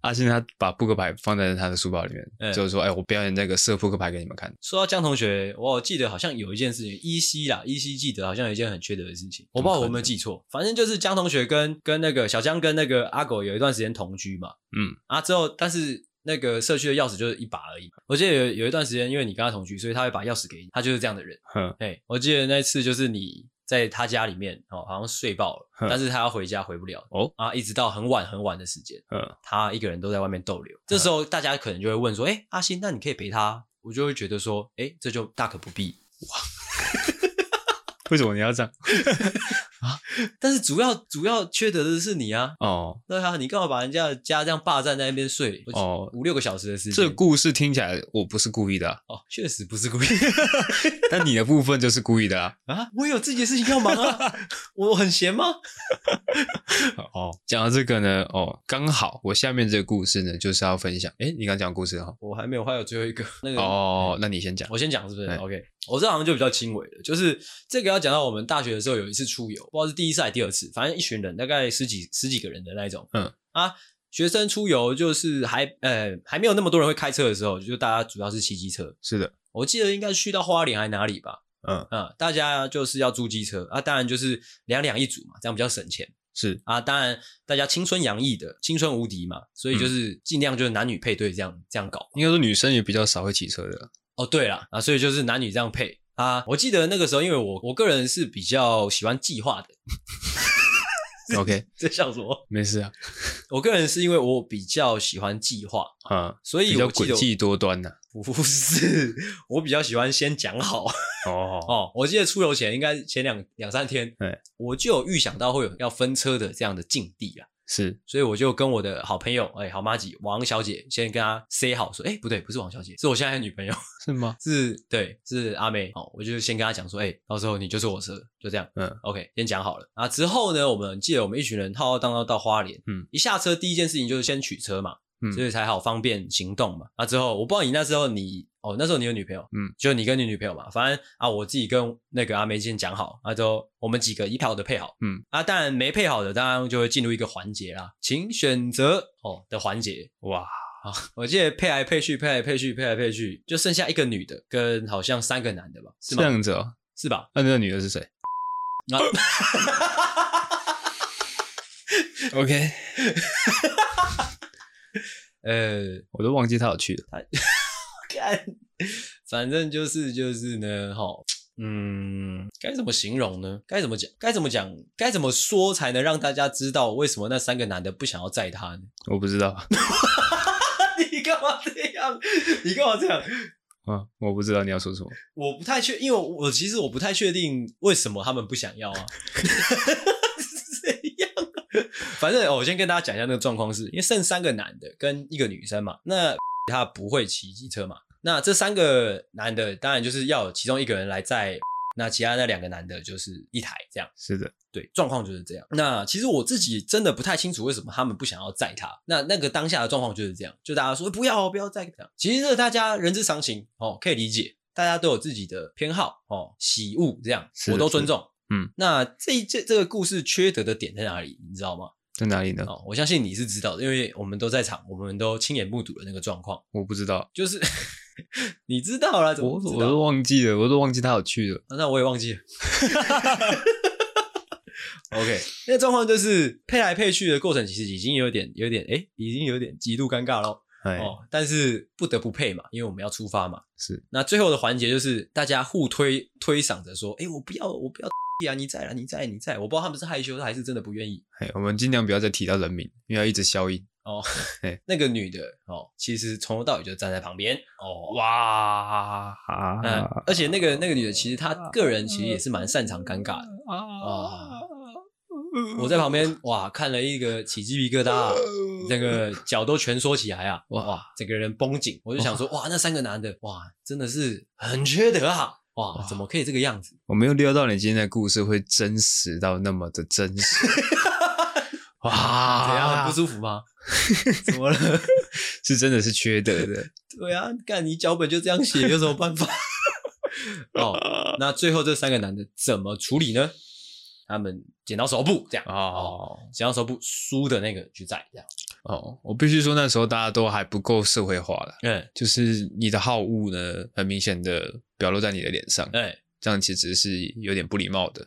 A: 阿信他把扑克牌放在他的书包里面，
B: 嗯
A: 就是说：“哎、我表演那个射扑克牌给你们看。嗯
B: 说到江同学，我记得好像有一件事情，依稀啦，依稀记得好像有一件很缺德的事情，我不知道我有没有记错，反正就是江同学跟跟那个小江跟那个阿狗有一段时间同居嘛，
A: 嗯，
B: 啊之后，但是那个社区的钥匙就是一把而已，我记得有有一段时间，因为你跟他同居，所以他会把钥匙给你，他就是这样的人，”
A: 哼，
B: 哎，我记得那次就是你在他家里面哦，好像睡爆了，
A: 哼
B: 但是他要回家回不了
A: 哦
B: 啊，一直到很晚很晚的时间，
A: 嗯，
B: 他一个人都在外面逗留。这时候大家可能就会问说：“哎、阿星，那你可以陪他？”我就会觉得说：“哎、这就大可不必。
A: 为什么你要这样？”
B: 但是主要主要缺德的是你啊，
A: 哦
B: 对啊，你干嘛把人家的家这样霸占在那边睡
A: 哦
B: 五六个小时的时间？
A: 这个故事听起来我不是故意的、啊，
B: 哦，确实不是故意
A: 但你的部分就是故意的啊。
B: 啊，我有自己的事情要忙啊，我很闲吗？
A: 哦，讲到这个呢，哦，刚好我下面这个故事呢，就是要分享。哎诶，你刚讲故事哈、
B: 我还没有，还有最后一个那个
A: 哦，那你先讲。
B: 我先讲是不是
A: 哎
B: ？OK，我这好像就比较轻微的，就是这个要讲到我们大学的时候有一次出游，不知道是第一次还是第二次，反正一群人大概十几十几个人的那一种，
A: 嗯
B: 啊，学生出游就是还呃还没有那么多人会开车的时候，就大家主要是骑机车，
A: 是的，
B: 我记得应该是去到花莲还哪里吧，
A: 嗯
B: 啊，大家就是要租机车啊，当然就是两两一组嘛，这样比较省钱。
A: 是
B: 啊，当然，大家青春洋溢的，青春无敌嘛，所以
A: 嗯
B: 就是尽量就是男女配对这样、这样搞。
A: 应该说女生也比较少会骑车的。
B: 哦，对了啊，所以就是男女这样配啊。我记得那个时候，因为我我个人是比较喜欢计划的，
A: OK，
B: 在笑什么？
A: 没事啊，
B: 我个人是因为我比较喜欢计划，
A: 啊，
B: 所以
A: 比较
B: 我记
A: 诡
B: 得
A: 计多端呐、
B: 不是，我比较喜欢先讲好
A: 哦，
B: 哦。我记得出游前应该前两两三天
A: 对，
B: 我就有预想到会有要分车的这样的境地啦。
A: 是
B: 所以我就跟我的好朋友，哎、好妈吉王小姐，先跟她 say 好，说，哎、不对，不是王小姐，是我现在的女朋友，
A: 是吗？
B: 是对，是阿妹哦，我就先跟她讲说，哎、到时候你就是我车，就这样，
A: 嗯
B: ，OK，先讲好了啊。之后呢，我们记得我们一群人浩浩荡荡到花莲，
A: 嗯，
B: 一下车第一件事情就是先取车嘛，
A: 嗯
B: 所以才好方便行动嘛。啊，之后我不知道你那时候你哦，那时候你有女朋友，
A: 嗯，
B: 就你跟你女朋友嘛，反正啊，我自己跟那个阿妹先讲好，啊，之后我们几个一票的配好，
A: 嗯，
B: 啊，当然没配好的，当然就会进入一个环节啦，请选择哦的环节，
A: 哇，
B: 啊，我记得配来配去，配来配去，配来配去，就剩下一个女的跟好像三个男的吧，是
A: 这
B: 吗？
A: 样子哦。
B: 是吧？
A: 那、那个女的是谁
B: 啊，
A: ？OK，
B: 呃，
A: 我都忘记她有去了。
B: 干，反正就是就是呢，哈，嗯，该怎么形容呢？该怎么讲？该怎么讲？该怎么说才能让大家知道为什么那三个男的不想要载她呢？
A: 我不知道，
B: 你干嘛这样？你干嘛这样？
A: 嗯，我不知道你要说什么。
B: 我不太确，因为我我其实我不太确定为什么他们不想要啊。 是这样啊反正、哦我先跟大家讲一下那个状况是，因为剩三个男的跟一个女生嘛，那 他不会骑机车嘛，那这三个男的当然就是要有其中一个人来载， 那其他那两个男的就是一台这样。
A: 是的，
B: 对，状况就是这样。那其实我自己真的不太清楚为什么他们不想要载他。那那个当下的状况就是这样，就大家说不要哦不要载这样。其实这个大家人之常情哦，可以理解，大家都有自己的偏好哦，喜恶这样，
A: 是的
B: 我都尊重。
A: 嗯，
B: 那这一这这个故事缺德的点在哪里，你知道吗？
A: 在哪里呢？
B: 哦，我相信你是知道的，因为我们都在场，我们都亲眼目睹了那个状况。
A: 我不知道，
B: 就是 你知道了，怎
A: 我
B: 么不知
A: 我
B: 道
A: 都忘记了，我都忘记她有去了。
B: 啊那我也忘记了。OK，那状况就是配来配去的过程，其实已经有点、有点，哎、已经有点极度尴尬咯。
A: 哎，
B: 哦，但是不得不配嘛，因为我们要出发嘛。
A: 是
B: 那最后的环节就是大家互推推搡着说：“哎、我不要，我不要啊，你在啦，你在，你在。”我不知道他们是害羞还是真的不愿意。哦
A: 哎，我们尽量不要再提到人名，因为要一直消音。
B: 那个女的哦，其实从头到尾就站在旁边哦。
A: 哇啊嗯
B: 嗯，而且那个那个女的，其实她个人其实也是蛮擅长尴尬的。啊！我在旁边哇看了一个起鸡皮疙 瘩、啊，整个脚都蜷缩起来啊，
A: 哇
B: 哇，整个人绷紧。我就想说，哇，那三个男的，哇，真的是很缺德啊！哇，
A: 哇
B: 怎么可以这个样子？
A: 我没有料到你今天的故事会真实到那么的真 实。哇，
B: 怎样，很不舒服吗？怎么了？
A: 是真的是缺德 的。
B: 对啊，干你脚本就这样写，有什么办法？ 哦，那最后这三个男的怎么处理呢？他们剪刀手布这样，
A: 哦
B: 剪刀手布输的那个去宰这样。
A: 哦，我必须说那时候大家都还不够社会化了，
B: 嗯，
A: 就是你的好恶呢，很明显的表露在你的脸上，
B: 哎、
A: 这样其实是有点不礼貌 的。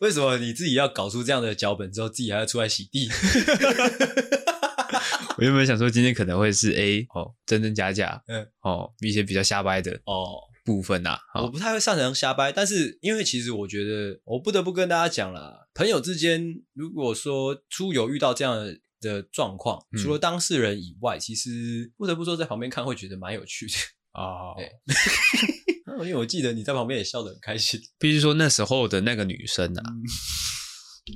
B: 为什么你自己要搞出这样的脚本之后，自己还要出来洗地？
A: 我原本想说今天可能会是 A 哦，真真假假，
B: 嗯，
A: 哦，一些比较瞎掰的
B: 哦，
A: 部分呐、啊，
B: 我
A: 哦，
B: 不太会擅长瞎掰，但是因为其实我觉得，我不得不跟大家讲啦，朋友之间如果说出游遇到这样的。的状况，
A: 嗯
B: 除了当事人 哦以外，其实不得不说，在旁边看会觉得蛮有趣的。
A: 哦
B: 对嗯因为我记得你在旁边也笑得很开心。
A: 必须说那时候的那个女生啊，
B: 嗯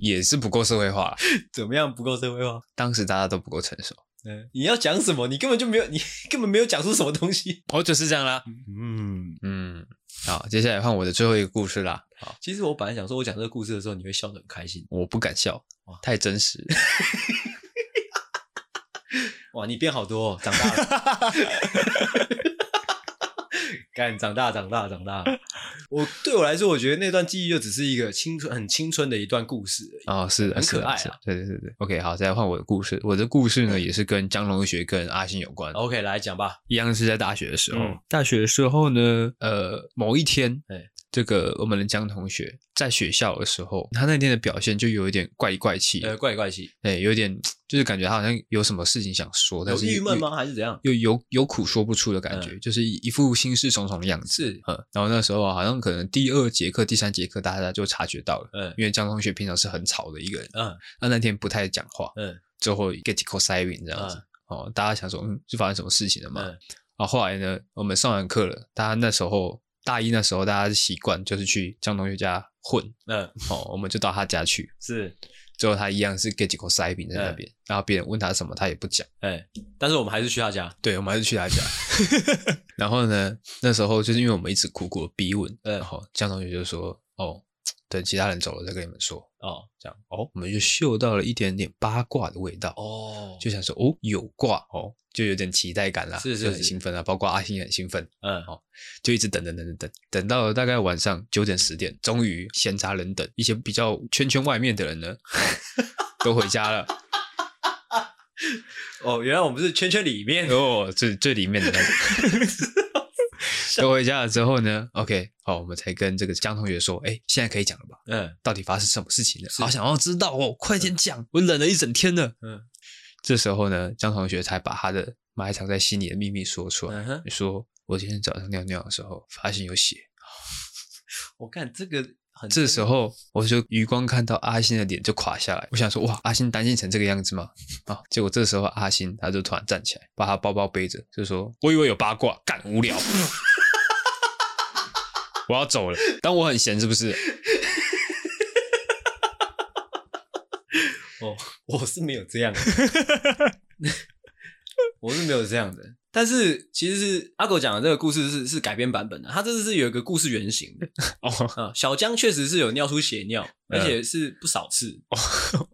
A: 也是不够社会化，
B: 怎么样不够社会化？
A: 当时大家都不够成熟，
B: 嗯，你要讲什么？你根本就没有，你根本没有讲出什么东西。
A: 哦，就是这样啦。
B: 嗯，
A: 嗯，好，接下来换我的最后一个故事啦。好，
B: 其实我本来想说，我讲这个故事的时候，你会笑得很开心。
A: 我不敢笑
B: 哇，
A: 太真 实。
B: 哇，你变好多、哦，长大了。 干，长大，长大，长大。我对我来说，我觉得那段记忆就只是一个青春、很青春的一段故事而已。
A: 哦，是的，
B: 很
A: 是的
B: 可爱啊嗯
A: 是的对对对对，OK，好，再来换我的故事。我的故事呢，也是跟江龙学跟阿信有关，
B: OK，来讲吧。
A: 一样是在大学的时候。
B: 哦嗯
A: 大学的时候呢，呃，某一天，
B: 哎
A: 这个我们的江同学在学校的时候，他那天的表现就有一点怪里怪气的，
B: 呃，怪里怪气，
A: 哎、有一点就是感觉他好像有什么事情想说，但
B: 有
A: 是
B: 郁闷
A: 又
B: 吗？？还是怎样？
A: 又有有苦说不出的感觉，就是一一副心事重重的样子。
B: 嗯是，
A: 嗯，然后那时候啊好像可能第二节课、第三节课大家就察觉到了，
B: 嗯
A: 因为江同学平常是很吵的一个人，
B: 嗯
A: 他那天不太讲话，
B: 嗯
A: 最后 get c o s i r e n 这样子。
B: 嗯
A: 哦，大家想说，嗯，是发生什么事情了嘛？
B: 嗯
A: 啊，后来呢，我们上完课了，大家那时候大一那时候，大家是习惯就是去江同学家混，
B: 嗯，
A: 哦，我们就到他家去，
B: 是，
A: 最后他一样是 get 几口塞饼在
B: 嗯
A: 那边，然后别人问他什么他也不讲，
B: 哎，但是我们还是去他家。
A: 对我们还是去他家。 然后呢，那时候就是因为我们一直苦苦地逼问，
B: 嗯
A: 然后江同学就说：“哦，等其他人走了再跟你们说。
B: 哦”
A: 这样哦，我们就嗅到了一点点八卦的味道，
B: 哦，
A: 就想说哦有卦哦，就有点期待感啦，
B: 是是
A: 就很
B: 是
A: 兴奋啊，包括阿星也很兴奋，
B: 嗯
A: 就一直等等等等等，等到了大概晚上九点十点，终于闲杂人等，一些比较圈圈外面的人呢， 都回家了。
B: 哦，原来我们是圈圈里 面。
A: 哦，最最里面的那个。 都回家了之后呢，OK，好，我们才跟这个江同学说，哎，现在可以讲了吧？
B: 嗯
A: 到底发生什么事情了？
B: 是
A: 好想要知道哦，快点讲，我忍了一整天了。
B: 嗯
A: 这时候呢，江同学才把他的埋藏在心里的秘密说出来，
B: 嗯哼，
A: 说我今天早上尿尿的时候发现有血。
B: 我看这个很。
A: 这时候我就余光看到阿星的脸就垮下来，我想说哇，阿星担心成这个样子吗？ 啊，结果这时候阿星他就突然站起来，把他包包背着，就说：“我以为有八卦，干无聊， 我要走了，当我很闲是不是？
B: 哦，我是没有这样的， 我是没有这样的。但是其实是阿狗讲的这个故事是是改编版本的，它这是有一个故事原型的
A: 哦，
B: 啊。小江确实是有尿出血尿，而且是不少次，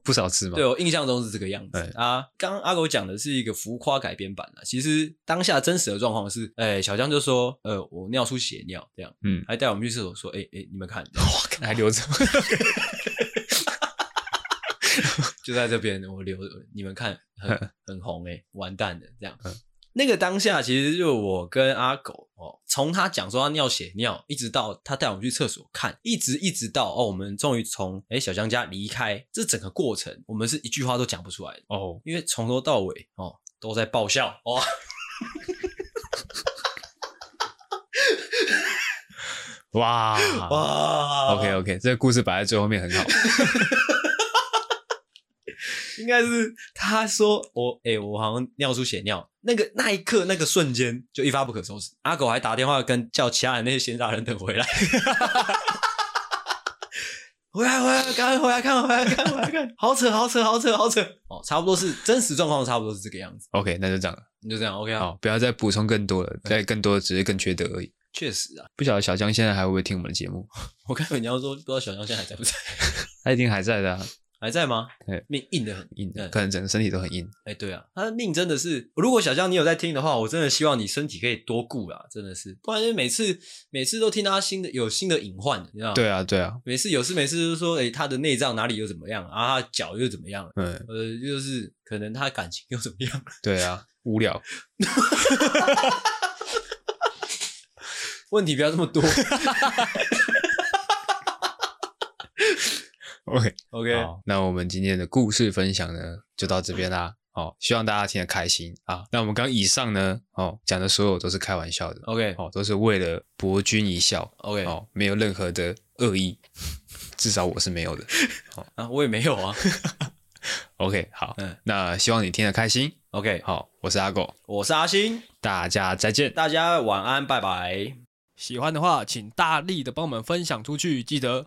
A: 不少吃吗？
B: 对我印象中是这个样子
A: 嗯哎
B: 啊。刚刚阿狗讲的是一个浮夸改编版啊，其实当下真实的状况是，哎、小江就说，呃，我尿出血尿这样，
A: 嗯，
B: 还带我们去厕所说，哎、哎、你 们看，
A: 我看还留着，
B: 就在这边，我留你们看，很很红哎、完蛋了这样。那个当下其实就我跟阿狗哦，从他讲说他尿血尿，一直到他带我们去厕所看，一直一直到哦，我们终于从哎小江家离开，这整个过程我们是一句话都讲不出来的，
A: 哦，
B: 因为从头到尾哦都在爆笑哦，
A: 哇
B: 哇
A: ，OK OK，这个故事摆在最后面很好，
B: 应该是他说我哎、欸我好像尿出血尿，那个那一刻那个瞬间就一发不可收拾。阿狗还打电话跟叫其他人那些闲杂人等回来， 回来回来，赶快回来看，回来看，回来看，好扯好扯好扯好扯。哦，差不多是真实状况，差不多是这个样子。
A: OK，那就这样了，
B: 你就这样 OK 啊？
A: 好，不要再补充更多了，再更多只是更缺德而已。
B: 确实啊，
A: 不晓得小江现在还会不会听我们的节目？
B: 我刚才你要说不知道小江现在还在不在，
A: 他一定还在的、啊，
B: 还在吗
A: 对？
B: 命硬的很。
A: 硬的，
B: 嗯
A: 可能整个身体都很硬。
B: 哎、对啊，他的命真的是，如果小江你有在听的话，我真的希望你身体可以多顾啦，真的是，不然就每次每次都听他新的有新的隐患，你知道吗？，
A: 对啊，对啊，
B: 每次有事没事就说，哎、他的内脏哪里又怎么样啊，他脚又怎么样，
A: 嗯，
B: 呃，就是可能他感情又怎么样，
A: 对啊，无聊。
B: 问题不要这 么多。
A: OK，
B: OK，
A: 好，那我们今天的故事分享呢，就到这边啦。哦，希望大家听得开心啊。那我们刚以上呢，哦，讲的所有都是开玩笑的，
B: OK
A: 哦，都是为了博君一笑，
B: OK，、
A: 哦，没有任何的恶意， 至少我是没有的。
B: 啊，我也没有啊。
A: OK，好，
B: 嗯
A: 那希望你听得开心。
B: OK，
A: 好，我是阿狗，
B: 我是阿星，
A: 大家再见。
B: 大家晚安，拜拜。
A: 喜欢的话，请大力的帮我们分享出去，记得